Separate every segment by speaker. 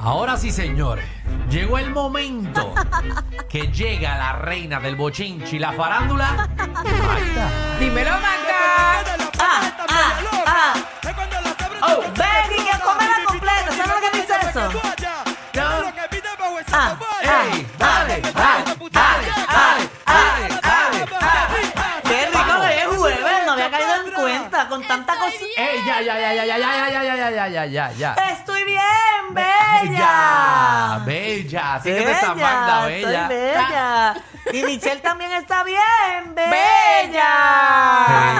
Speaker 1: Ahora sí, señores, llegó el momento que llega la reina del bochinchi, la farándula. Magda.
Speaker 2: Dímelo, Magda. Ah, ah, ah. Oh, baby, que cómela completa. ¿Sabes lo que dice eso? Ah,
Speaker 1: ¡Ey! ¡Dale, dale, dale, dale, dale, dale!
Speaker 2: Qué rico que es jueves. No había caído en cuenta con tanta cosa.
Speaker 1: ¡Ey, ya, ya, ya, ya, ya, ya, ya, ya, ya, ya, ya, ya, ya!
Speaker 2: Estoy bien, bella.
Speaker 1: ¡Bella! Así que te
Speaker 2: Bella,
Speaker 1: está Magda,
Speaker 2: estoy
Speaker 1: bella.
Speaker 2: bella. Y Michelle también está bien, bella.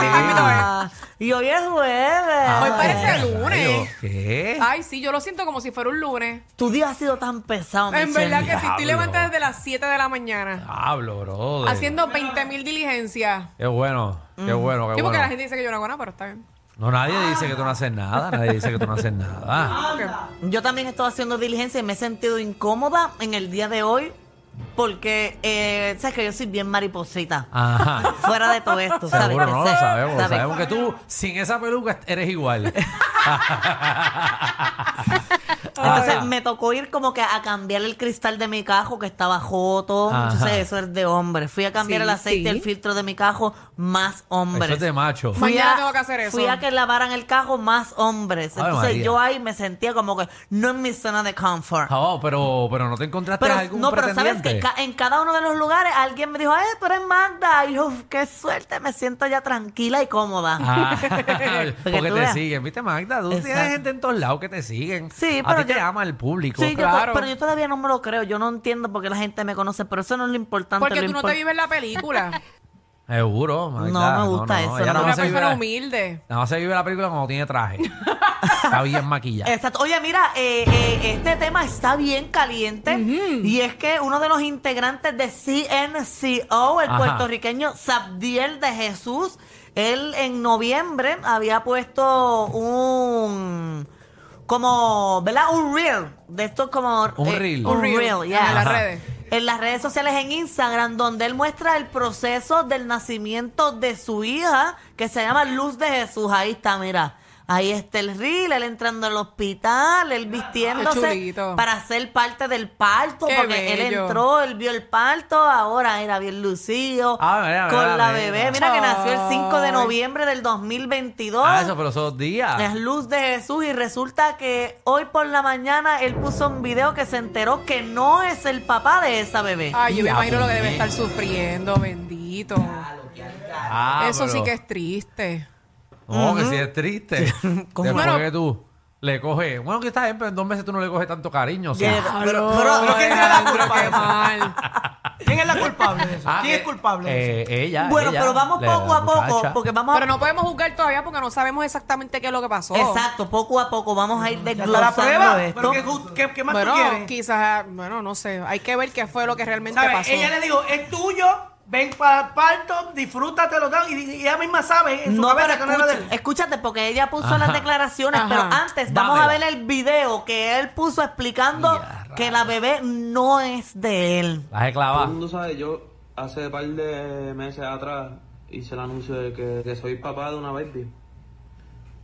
Speaker 1: Sí, papito,
Speaker 2: Ah, Y hoy es jueves.
Speaker 3: Hoy
Speaker 1: Ah,
Speaker 3: parece
Speaker 1: rayos,
Speaker 3: lunes.
Speaker 1: ¿Qué?
Speaker 3: Ay, sí, yo lo siento como si fuera un lunes.
Speaker 2: Tu día ha sido tan pesado,
Speaker 3: En
Speaker 2: Michelle.
Speaker 3: verdad que sí,
Speaker 1: diablo.
Speaker 3: estoy levantada desde las 7 de la mañana.
Speaker 1: Hablo, bro.
Speaker 3: Haciendo 20 mil diligencias.
Speaker 1: Qué bueno, qué bueno, qué
Speaker 3: Yo porque la
Speaker 1: bueno.
Speaker 3: gente dice que yo no hago nada, pero está bien.
Speaker 1: No, nadie dice que tú no haces nada, nadie dice que tú no haces nada.
Speaker 3: Ok.
Speaker 2: Yo también estoy haciendo diligencia y me he sentido incómoda en el día de hoy porque, eh, sabes que yo soy bien mariposita.
Speaker 1: Ajá.
Speaker 2: Fuera de todo esto, ¿sabes?
Speaker 1: Ah. Seguro,
Speaker 2: Que
Speaker 1: no lo
Speaker 2: sé,
Speaker 1: sabemos.
Speaker 2: ¿sabes?
Speaker 1: Sabemos que tú, sin esa peluca, eres igual.
Speaker 2: Entonces
Speaker 1: Ajá.
Speaker 2: me tocó ir como que a cambiar el cristal de mi cajo que estaba joto.
Speaker 1: Ajá.
Speaker 2: Entonces eso es de hombre. Fui a cambiar
Speaker 3: Sí,
Speaker 2: el aceite y
Speaker 3: sí.
Speaker 2: el filtro de mi cajo más hombres.
Speaker 1: Eso es de macho.
Speaker 2: Fui
Speaker 3: Mañana
Speaker 2: a-
Speaker 3: tengo que hacer eso.
Speaker 2: Fui a que lavaran el cajo más hombres.
Speaker 1: Ave
Speaker 2: Entonces
Speaker 1: María.
Speaker 2: yo ahí me sentía como que no en mi zona de confort.
Speaker 1: Oh, pero, pero no te encontraste
Speaker 2: Pero,
Speaker 1: algún
Speaker 2: no, pero sabes
Speaker 1: pretendiente.
Speaker 2: que ca- en cada uno de los lugares alguien me dijo, ay, tú eres Magda. Y yo, qué suerte, me siento ya tranquila y cómoda.
Speaker 1: Ah,
Speaker 2: Porque
Speaker 1: porque
Speaker 2: tú
Speaker 1: te
Speaker 2: veas.
Speaker 1: siguen, viste Magda, tú tienes
Speaker 2: Exacto.
Speaker 1: gente en todos lados que te siguen.
Speaker 2: Sí,
Speaker 1: a
Speaker 2: pero
Speaker 1: ti te
Speaker 2: yo-
Speaker 1: ama el público.
Speaker 2: Sí, yo to-
Speaker 3: claro.
Speaker 2: pero yo todavía no me lo creo. Yo no entiendo por qué la gente me conoce, pero eso no es lo importante.
Speaker 3: Porque
Speaker 2: lo
Speaker 3: tú no
Speaker 2: impor-
Speaker 3: te vives la película.
Speaker 1: Seguro, Magda.
Speaker 2: No me gusta eso,
Speaker 1: ella
Speaker 2: no.
Speaker 1: nada
Speaker 3: Una
Speaker 1: más se vive
Speaker 3: persona
Speaker 1: la-
Speaker 3: humilde.
Speaker 1: Nada más se vive la película cuando tiene traje. Está bien maquillada.
Speaker 2: Exacto. Oye, mira, eh, eh, este tema está bien caliente. Y es que uno de los integrantes de CNCO, el
Speaker 1: Ajá.
Speaker 2: puertorriqueño Sabdiel de Jesús, él en noviembre había puesto un. Como, ¿verdad? Un reel. De estos como. eh,
Speaker 1: Un reel.
Speaker 2: Un
Speaker 3: Un reel.
Speaker 2: reel, yeah.
Speaker 3: En las
Speaker 1: Ajá.
Speaker 3: redes.
Speaker 2: En las redes sociales, en Instagram, donde él muestra el proceso del nacimiento de su hija, que se llama Luz de Jesús. Ahí está, mira. Ahí está el reel, él entrando al hospital, él
Speaker 3: Qué
Speaker 2: vistiéndose
Speaker 3: chulito.
Speaker 2: para ser parte del parto,
Speaker 3: Qué
Speaker 2: porque él
Speaker 3: bello.
Speaker 2: entró, él vio el parto, ahora era bien lucido,
Speaker 1: Ah, mira, mira,
Speaker 2: con la
Speaker 1: mira.
Speaker 2: bebé. Mira que nació el 5 de
Speaker 3: Ay.
Speaker 2: noviembre del 2022.
Speaker 1: Ah, eso, pero esos días.
Speaker 2: Es luz de Jesús y resulta que hoy por la mañana él puso un video que se enteró que no es el papá de esa bebé.
Speaker 4: Ah,
Speaker 3: Ay, yo me
Speaker 1: Ya,
Speaker 3: imagino lo que
Speaker 1: pues,
Speaker 3: debe
Speaker 1: eh.
Speaker 3: estar sufriendo, bendito.
Speaker 1: Ah,
Speaker 3: Eso sí
Speaker 1: pero-
Speaker 3: que es triste.
Speaker 1: No, Oh, que si es triste.
Speaker 2: ¿Cómo?
Speaker 1: Después
Speaker 3: Bueno.
Speaker 1: que tú le coges. Bueno, que está bien, pero en dos meses tú no le coges tanto cariño. o sea.
Speaker 2: Pero-
Speaker 3: Ay,
Speaker 2: pero- pero- pero ¿quién tiene la
Speaker 3: Alejandro,
Speaker 2: culpa
Speaker 3: qué
Speaker 2: de eso?
Speaker 3: mal.
Speaker 4: ¿Quién es la culpable de eso?
Speaker 1: Ah,
Speaker 4: ¿Quién
Speaker 1: eh,
Speaker 4: es culpable de eso?
Speaker 1: eh, ella.
Speaker 2: Bueno,
Speaker 1: ella,
Speaker 2: pero vamos
Speaker 1: la-
Speaker 2: poco
Speaker 1: la
Speaker 2: a poco,
Speaker 1: muchacha.
Speaker 2: porque vamos a-
Speaker 3: Pero no podemos juzgar todavía porque no sabemos exactamente qué es lo que pasó.
Speaker 2: Exacto, poco a poco vamos a ir
Speaker 4: ¿Ya está la
Speaker 2: desglosando
Speaker 4: prueba?
Speaker 2: esto.
Speaker 4: ¿Pero qué, ju- qué- qué más tú
Speaker 3: Bueno,
Speaker 4: quieres?
Speaker 3: quizás, bueno, no sé. Hay que ver qué fue lo que realmente
Speaker 4: ¿Sabes?
Speaker 3: pasó.
Speaker 4: Ella le dijo, es tuyo, ven para el parto, disfrútatelo, tan", y, y ella misma sabe en su
Speaker 2: No, pero
Speaker 4: cabeza que no era de
Speaker 2: escucha-
Speaker 4: él.
Speaker 2: escúchate, porque ella puso
Speaker 1: Ajá.
Speaker 2: las declaraciones, pero
Speaker 3: Ajá.
Speaker 2: antes vamos a ver
Speaker 1: Dámela.
Speaker 2: el video que él puso explicando
Speaker 1: Ya,
Speaker 2: que la bebé no es de él.
Speaker 1: Las he
Speaker 5: Todo el
Speaker 1: clavado.
Speaker 5: mundo sabe, yo hace par de meses atrás hice el anuncio de que, que soy papá de una baby.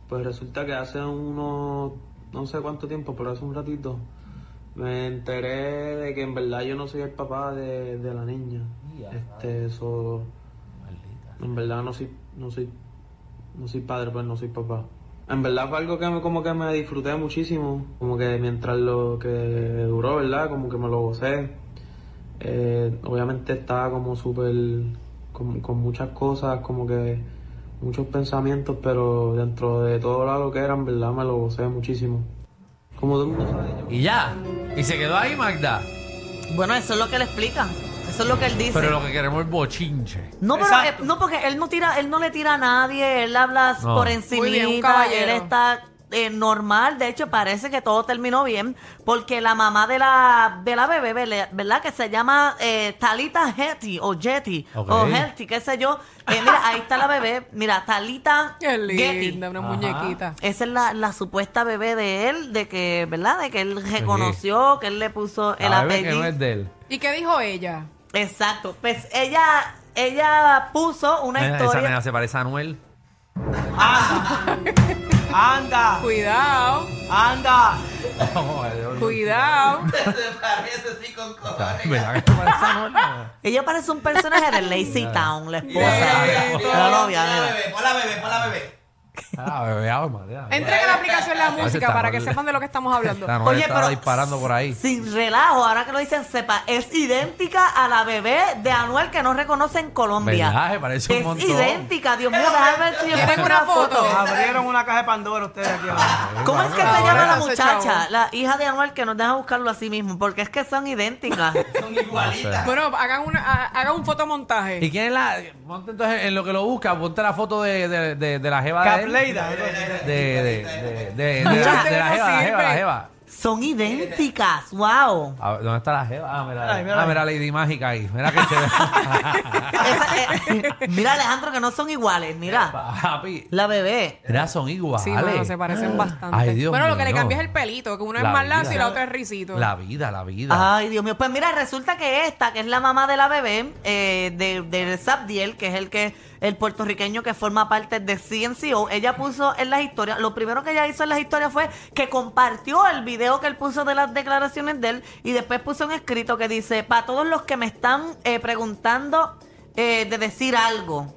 Speaker 5: Pues resulta que hace unos, no sé cuánto tiempo, pero hace un ratito, me enteré de que en verdad yo no soy el papá de, de la niña. Este, eso, en verdad no soy, no soy, no soy padre, pues no soy papá. En verdad fue algo que me- como que me disfruté muchísimo, como que mientras lo que duró, ¿verdad? Como que me lo gocé. Eh, obviamente estaba como súper, con, con muchas cosas, como que muchos pensamientos, pero dentro de todo lo que era, en verdad me lo gocé muchísimo. Como todo el mundo sabe, yo-
Speaker 1: Y ya. Y se quedó ahí, Magda.
Speaker 2: Bueno, eso es lo que él explica. Eso es lo que él dice.
Speaker 1: Pero lo que queremos es bochinche.
Speaker 2: No, pero
Speaker 4: Exacto.
Speaker 2: eh, no porque él no tira, él no le tira a nadie, él habla
Speaker 1: No.
Speaker 2: por
Speaker 3: Muy bien, un
Speaker 2: encima, él
Speaker 3: caballero.
Speaker 2: está eh, normal, de hecho parece que todo terminó bien, porque la mamá de la de la bebé, ¿verdad? ¿verdad? Que se llama eh, Talita Hetty o Jetty
Speaker 1: Ok.
Speaker 2: o Hetty, qué sé yo. Eh, mira, ahí está la bebé, mira, Talita
Speaker 3: Qué
Speaker 2: Getty.
Speaker 3: linda, una
Speaker 1: Ajá.
Speaker 3: muñequita.
Speaker 2: Esa es la, la supuesta bebé de él, de que, ¿verdad? De que él reconoció, que él le puso el
Speaker 1: La bebé que
Speaker 2: apellido.
Speaker 1: no es de él.
Speaker 3: ¿Y qué dijo ella?
Speaker 2: Exacto. Pues ella, ella puso una
Speaker 1: Nena, Esa
Speaker 2: historia.
Speaker 1: nena se parece a Anuel.
Speaker 4: Anda,
Speaker 3: Cuidado,
Speaker 4: anda.
Speaker 3: cuidado.
Speaker 1: ¿Verdad que se parece a Anuel?
Speaker 2: Ella parece un personaje de Lazy Town, la esposa,
Speaker 3: Eh,
Speaker 2: la novia. mira.
Speaker 1: Ah, bebé, ah, María.
Speaker 3: Entren a la aplicación La Música
Speaker 1: Ah, está
Speaker 3: para que
Speaker 1: horrible.
Speaker 3: sepan de lo que estamos hablando.
Speaker 1: Esta Anuel estaba disparando por ahí.
Speaker 2: Sin relajo, ahora que lo dicen, sepa, es idéntica a la bebé de Anuel que no reconoce en Colombia.
Speaker 1: ¿Verdad? Se parece un
Speaker 2: es
Speaker 1: montón.
Speaker 2: idéntica, Dios mío, déjame ver si yo tengo una foto.
Speaker 4: Abrieron una caja de Pandora ustedes aquí ahora.
Speaker 2: ¿Cómo es que se
Speaker 3: Ahora
Speaker 2: llama la
Speaker 3: no sé,
Speaker 2: muchacha?
Speaker 3: chavo.
Speaker 2: La hija de Anuel que nos deja buscarlo a sí mismo, porque es que son idénticas.
Speaker 3: Bueno, hagan, una, ha- hagan un fotomontaje.
Speaker 1: ¿Y quién es la.? Ponte entonces en lo que lo busca, ponte la foto de, de, de, de la jeva de. él.
Speaker 4: Capleida.
Speaker 1: De, de, de, de, de, de, la- de
Speaker 3: Muchas
Speaker 1: la
Speaker 3: veces
Speaker 1: jeva, la
Speaker 3: sirve.
Speaker 1: jeva, la jeva.
Speaker 2: Son idénticas, wow.
Speaker 1: A ver, ¿Dónde está la jeva? Ah, mira,
Speaker 4: Ay, mira
Speaker 1: ah,
Speaker 4: ahí.
Speaker 1: mira Lady Mágica ahí. Mira que chévere.
Speaker 2: Esa- eh, mira Alejandro que no son iguales, mira.
Speaker 1: Papi.
Speaker 2: La bebé.
Speaker 1: Mira, son iguales.
Speaker 3: Sí, mano, se parecen bastante.
Speaker 1: Ah. Ay, Dios
Speaker 3: bueno, lo que
Speaker 1: mío.
Speaker 3: le cambia es el pelito, que uno es
Speaker 1: La
Speaker 3: más
Speaker 1: vida.
Speaker 3: lacio y la otra es risito.
Speaker 1: La vida, la
Speaker 4: Ah.
Speaker 1: vida.
Speaker 2: Ay, Dios mío. Pues mira, resulta que esta, que es la mamá de la bebé, eh, de, de Sabdiel, que es el que el puertorriqueño que forma parte de CNCO, ella puso en las historias, lo primero que ella hizo en las historias fue que compartió el video que él puso de las declaraciones de él y después puso un escrito que dice, para todos los que me están eh, preguntando eh, de decir algo.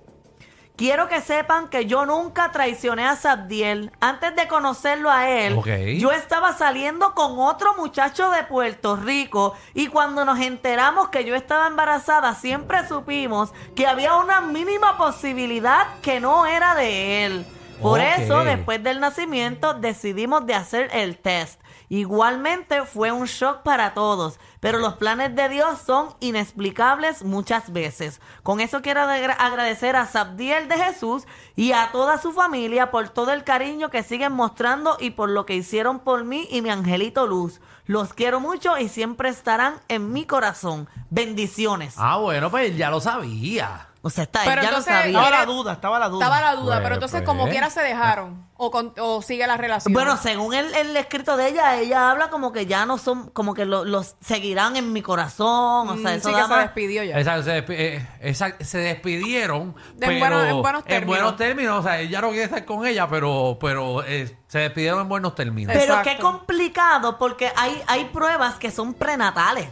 Speaker 2: Quiero que sepan que yo nunca traicioné a Sabdiel. Antes de conocerlo a él,
Speaker 1: Ok.
Speaker 2: yo estaba saliendo con otro muchacho de Puerto Rico y cuando nos enteramos que yo estaba embarazada, siempre supimos que había una mínima posibilidad que no era de él. Por
Speaker 1: Ok.
Speaker 2: eso, después del nacimiento, decidimos de hacer el test. Igualmente fue un shock para todos, pero los planes de Dios son inexplicables muchas veces. Con eso quiero agra- agradecer a Sabdiel de Jesús y a toda su familia por todo el cariño que siguen mostrando y por lo que hicieron por mí y mi angelito Luz. Los quiero mucho y siempre estarán en mi corazón. Bendiciones.
Speaker 1: Ah, bueno, pues ya lo sabía.
Speaker 2: O sea, está,
Speaker 3: Pero
Speaker 2: ya
Speaker 3: entonces,
Speaker 2: lo sabía.
Speaker 4: Estaba la duda, estaba la duda.
Speaker 3: Estaba la duda,
Speaker 1: Pues,
Speaker 3: pero entonces
Speaker 1: pues.
Speaker 3: como quiera se dejaron. O, con- o sigue la relación.
Speaker 2: Bueno, según el, el escrito de ella, ella habla como que ya no son, como que lo- los seguirán en mi corazón. O
Speaker 3: Mm,
Speaker 2: sea, eso
Speaker 3: sí
Speaker 2: da
Speaker 3: que se
Speaker 2: más-
Speaker 3: despidió ya.
Speaker 1: Exacto, se, despi- eh, esa- se despidieron.
Speaker 3: De
Speaker 1: pero
Speaker 3: en buenos- en buenos
Speaker 1: En
Speaker 3: términos.
Speaker 1: buenos términos, o sea, ella no quiere estar con ella, pero, pero eh, se despidieron en buenos términos.
Speaker 2: Pero
Speaker 3: Exacto.
Speaker 2: qué complicado, porque hay, hay pruebas que son prenatales.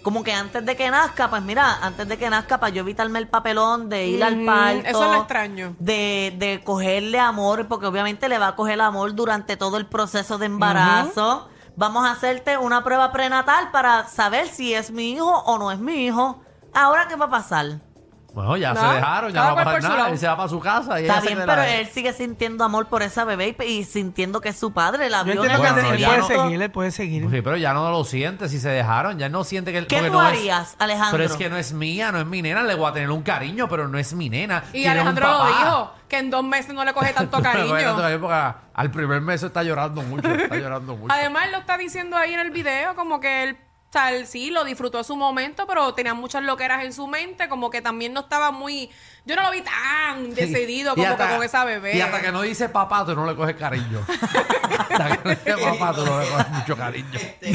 Speaker 2: Como que antes de que nazca, pues mira, antes de que nazca, para yo evitarme el papelón de ir al
Speaker 3: Ujú,
Speaker 2: parto.
Speaker 3: eso es lo extraño.
Speaker 2: De, de cogerle amor, porque obviamente le va a coger amor durante todo el proceso de embarazo. Vamos a hacerte una prueba prenatal para saber si es mi hijo o no es mi hijo. Ahora, ¿qué va a pasar?
Speaker 1: Bueno, ya
Speaker 3: No,
Speaker 1: se dejaron, ya
Speaker 3: cada
Speaker 1: no va
Speaker 3: cual
Speaker 1: a pasar
Speaker 3: por su
Speaker 1: nada.
Speaker 3: lado.
Speaker 1: Él se va para su casa y
Speaker 2: Está
Speaker 1: ella se
Speaker 2: bien,
Speaker 1: queda
Speaker 2: pero
Speaker 1: ahí.
Speaker 2: él sigue sintiendo amor por esa bebé y, y sintiendo que es su padre. La
Speaker 4: Yo
Speaker 2: vio en el
Speaker 4: entiendo que
Speaker 1: Bueno,
Speaker 4: él
Speaker 1: ya
Speaker 4: puede
Speaker 1: no-
Speaker 4: seguir, él puede seguir.
Speaker 1: Pues Sí, pero ya no lo siente si se dejaron, ya no siente que...
Speaker 2: ¿Qué
Speaker 1: porque
Speaker 2: tú
Speaker 1: no es-
Speaker 2: harías, Alejandro?
Speaker 1: Pero es que no es mía, no es mi nena, le voy a tener un cariño, pero no es mi nena.
Speaker 3: y
Speaker 1: Tiene un
Speaker 3: Alejandro lo
Speaker 1: papá.
Speaker 3: dijo, que en dos meses no le coge tanto
Speaker 1: Bueno, tanto
Speaker 3: cariño.
Speaker 1: cariño, porque al primer mes está llorando mucho, está llorando mucho.
Speaker 3: Además, lo está diciendo ahí en el video, como que él, o sea, él sí, lo disfrutó su momento, pero tenía muchas loqueras en su mente, como que también no estaba muy... Yo no lo vi tan decidido
Speaker 1: Y
Speaker 3: como
Speaker 1: hasta-
Speaker 3: que con esa bebé.
Speaker 1: Y hasta que no dice papá, tú no le coges cariño. hasta que no dice papá, tú no le coges mucho cariño.
Speaker 2: Este,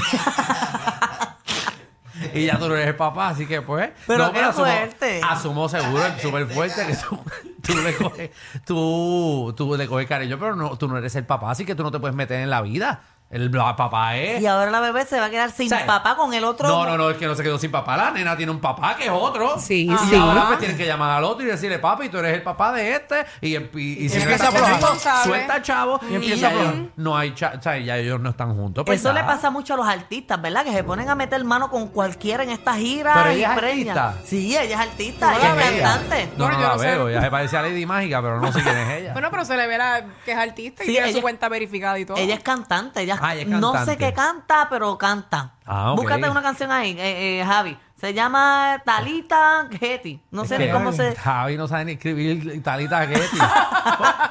Speaker 1: y ya tú no eres papá, así que pues.
Speaker 2: Pero
Speaker 1: no,
Speaker 2: qué fuerte.
Speaker 1: Asumo seguro, es súper fuerte, que tú, tú le coges, tú, tú le coges cariño, pero no, tú no eres el papá, así que tú no te puedes meter en la vida. El bla- papá es.
Speaker 2: Y ahora la bebé se va a quedar sin
Speaker 1: ¿Sabes?
Speaker 2: papá con el otro.
Speaker 1: No, no, no, es que no se quedó sin papá. La nena tiene un papá que es otro.
Speaker 6: Sí,
Speaker 1: y
Speaker 6: sí.
Speaker 1: ahora pues tienen que llamar al otro y decirle, papi, tú eres el papá de este. Y, el- y- y si
Speaker 4: Y
Speaker 1: no
Speaker 4: empieza
Speaker 1: está
Speaker 4: a aflojar.
Speaker 1: contigo,
Speaker 3: Responsable.
Speaker 1: suelta al chavo. Y,
Speaker 4: empieza
Speaker 1: ya
Speaker 4: a aflojar.
Speaker 1: ellos no hay cha- o sea, ya ellos no están juntos. pues
Speaker 2: Eso le
Speaker 1: nada.
Speaker 2: pasa mucho a los artistas, ¿verdad? Que se ponen a meter mano con cualquiera en esta gira.
Speaker 1: Pero ella
Speaker 2: y
Speaker 1: es
Speaker 2: preña.
Speaker 1: artista.
Speaker 2: Sí, ella es artista,
Speaker 3: No
Speaker 2: ella
Speaker 3: la
Speaker 2: es
Speaker 3: veía.
Speaker 2: cantante.
Speaker 1: No,
Speaker 3: Bueno,
Speaker 1: no
Speaker 3: yo
Speaker 1: la
Speaker 3: no sé.
Speaker 1: veo. Ella se parece a Lady Mágica, pero no sé quién es ella.
Speaker 3: Bueno, pero se le verá que es artista y
Speaker 2: Sí,
Speaker 3: tiene
Speaker 2: ella-
Speaker 3: su cuenta verificada y todo.
Speaker 2: Ella es cantante, ella,
Speaker 1: Ah, ella es
Speaker 2: no
Speaker 1: cantante.
Speaker 2: sé qué canta, pero canta.
Speaker 1: Ah, ok.
Speaker 2: Búscate una canción ahí, eh, eh, Javi. Se llama Talita Getty. No
Speaker 1: Es
Speaker 2: sé
Speaker 1: que
Speaker 2: ni cómo se...
Speaker 1: Javi no sabe ni escribir Talita Getty.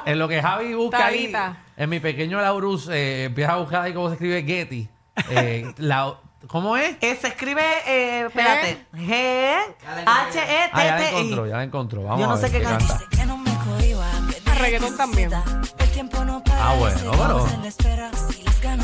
Speaker 1: en lo que Javi busca ahí,
Speaker 3: Talita.
Speaker 1: en mi pequeño Laurus, eh, empieza a buscar ahí cómo se escribe Getty. Eh, la- ¿Cómo es?
Speaker 2: Eh, se escribe, eh, espérate, G, H, E,
Speaker 1: Ah, ya la
Speaker 2: T, T, I.
Speaker 1: encontró, ya la encontró. Vamos
Speaker 2: Yo no
Speaker 1: a ver
Speaker 2: sé qué
Speaker 1: canta.
Speaker 2: canta.
Speaker 3: A reggaetón también.
Speaker 1: Ah, bueno, pero,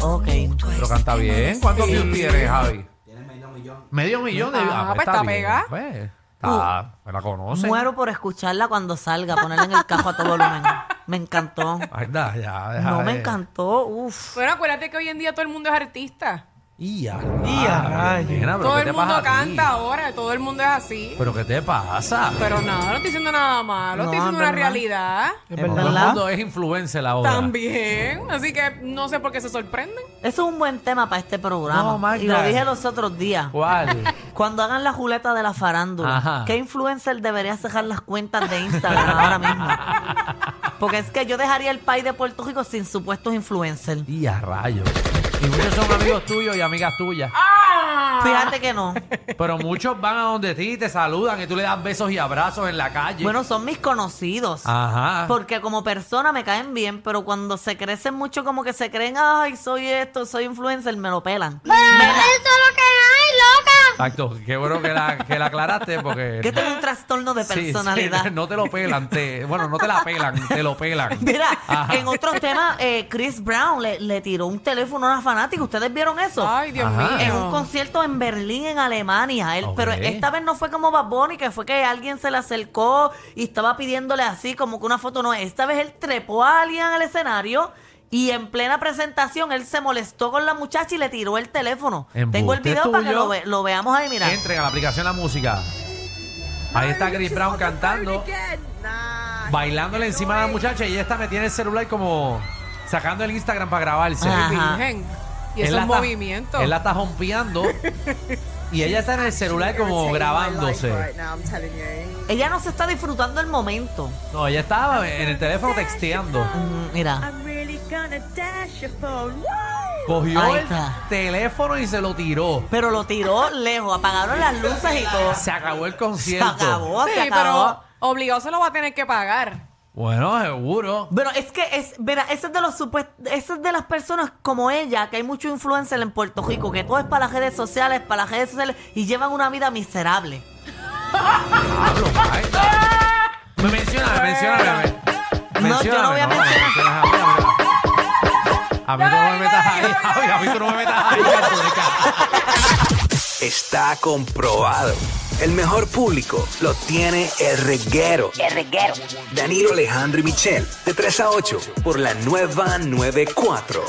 Speaker 2: Ok.
Speaker 7: Pues,
Speaker 1: pero canta bien. ¿Cuántos views tiene, Javi? Tiene medio millón. ¿Medio millón de views?
Speaker 3: Ah, pues está
Speaker 1: bien,
Speaker 3: pegada.
Speaker 1: pues. Está- me la conoce.
Speaker 2: Muero por escucharla cuando salga, ponerla en el cajo a todo volumen. Me encantó.
Speaker 1: Anda, ya, deja
Speaker 2: No
Speaker 1: de-
Speaker 2: me encantó, uff.
Speaker 3: Bueno, acuérdate que hoy en día todo el mundo es artista.
Speaker 1: Y ya,
Speaker 4: rayos.
Speaker 1: nena, pero
Speaker 3: Todo
Speaker 1: ¿qué
Speaker 3: el
Speaker 1: te
Speaker 3: mundo
Speaker 1: pasa a ti?
Speaker 3: canta ahora, todo el mundo es así.
Speaker 1: ¿Pero qué te pasa?
Speaker 3: Pero nada, no estoy diciendo nada malo, estoy
Speaker 2: No,
Speaker 3: diciendo
Speaker 2: es
Speaker 3: una
Speaker 2: verdad.
Speaker 3: realidad.
Speaker 4: Es
Speaker 1: Todo
Speaker 4: verdad.
Speaker 1: el mundo es influencer ahora.
Speaker 3: También. Así que no sé por qué se sorprenden.
Speaker 2: Eso es un buen tema para este
Speaker 1: No,
Speaker 2: programa.
Speaker 1: Magda.
Speaker 2: y lo dije los otros días.
Speaker 1: ¿Cuál?
Speaker 2: Cuando hagan la juleta de la farándula,
Speaker 1: Ajá.
Speaker 2: ¿qué influencer debería cerrar las cuentas de Instagram ahora mismo? Porque es que yo dejaría el país de Puerto Rico sin supuestos influencers.
Speaker 1: y a rayos. Y muchos son amigos tuyos y amigas tuyas.
Speaker 2: Fíjate que no.
Speaker 1: Pero muchos van a donde ti y te saludan y tú le das besos y abrazos en la calle.
Speaker 2: Bueno, son mis conocidos.
Speaker 1: Ah, Ajá.
Speaker 2: Porque como persona me caen bien, pero cuando se crecen mucho, como que se creen, ay, soy esto, soy influencer, me lo pelan.
Speaker 1: Exacto. Qué bueno que la, que la aclaraste porque...
Speaker 2: Que tengo un trastorno de
Speaker 1: Sí, sí,
Speaker 2: personalidad.
Speaker 1: no te lo pelan. Te, bueno, no te la pelan, te lo pelan.
Speaker 2: Mira,
Speaker 1: Ajá.
Speaker 2: en otros temas, eh, Chris Brown le, le tiró un teléfono a una fanática. ¿Ustedes vieron eso?
Speaker 3: Ay, Dios
Speaker 1: Ajá.
Speaker 3: mío.
Speaker 2: en un concierto en Berlín, en Alemania. Él,
Speaker 1: Ok.
Speaker 2: Pero esta vez no fue como Bad Bunny, que fue que alguien se le acercó y estaba pidiéndole así, como que una foto. No, esta vez él trepó a alguien al escenario y en plena presentación él se molestó con la muchacha y le tiró el teléfono.
Speaker 1: Embuste
Speaker 2: Tengo el video para que
Speaker 1: tuyo.
Speaker 2: lo, ve- lo veamos ahí, mira.
Speaker 1: Entren a la aplicación La Música. Ahí está Chris Brown cantando, pues, bailándole encima a la muchacha y ella está metida en el celular como sacando el Instagram para grabarse.
Speaker 2: Ajá.
Speaker 3: Virgen. Y
Speaker 1: Él la
Speaker 3: esos
Speaker 1: está-
Speaker 3: movimientos.
Speaker 1: Él la está jompeando y ella está en el celular como grabándose.
Speaker 4: eh.
Speaker 2: Ella no se está disfrutando el momento.
Speaker 1: No, ella estaba en el teléfono texteando.
Speaker 2: Mm,
Speaker 4: Ah.
Speaker 2: Mira.
Speaker 1: Cogió
Speaker 2: Ahí
Speaker 1: el
Speaker 2: está.
Speaker 1: teléfono y se lo tiró.
Speaker 2: Pero lo tiró lejos, apagaron las luces y todo.
Speaker 1: Se acabó el
Speaker 2: Se
Speaker 1: concierto.
Speaker 2: acabó,
Speaker 3: Sí,
Speaker 2: Oh, se acabó.
Speaker 3: pero obligado se lo va a tener que pagar.
Speaker 1: Bueno, seguro.
Speaker 2: Pero es que es, verá, eso es de los supuest- eso es de las personas como ella, que hay mucho influencer en Puerto Rico, que todo es para las redes sociales, para las redes sociales, y llevan una vida miserable.
Speaker 1: Pablo, Magda. Me menciona, menciona.
Speaker 2: No, yo no voy a mencionar.
Speaker 1: A mí tú no me metas ahí, Javi, a mí tú no me metas ahí. Angélica.
Speaker 7: Está comprobado. El mejor público lo tiene el reguero. El reguero. Danilo Alejandro y Michel, de 3 a 8, por la nueva 94.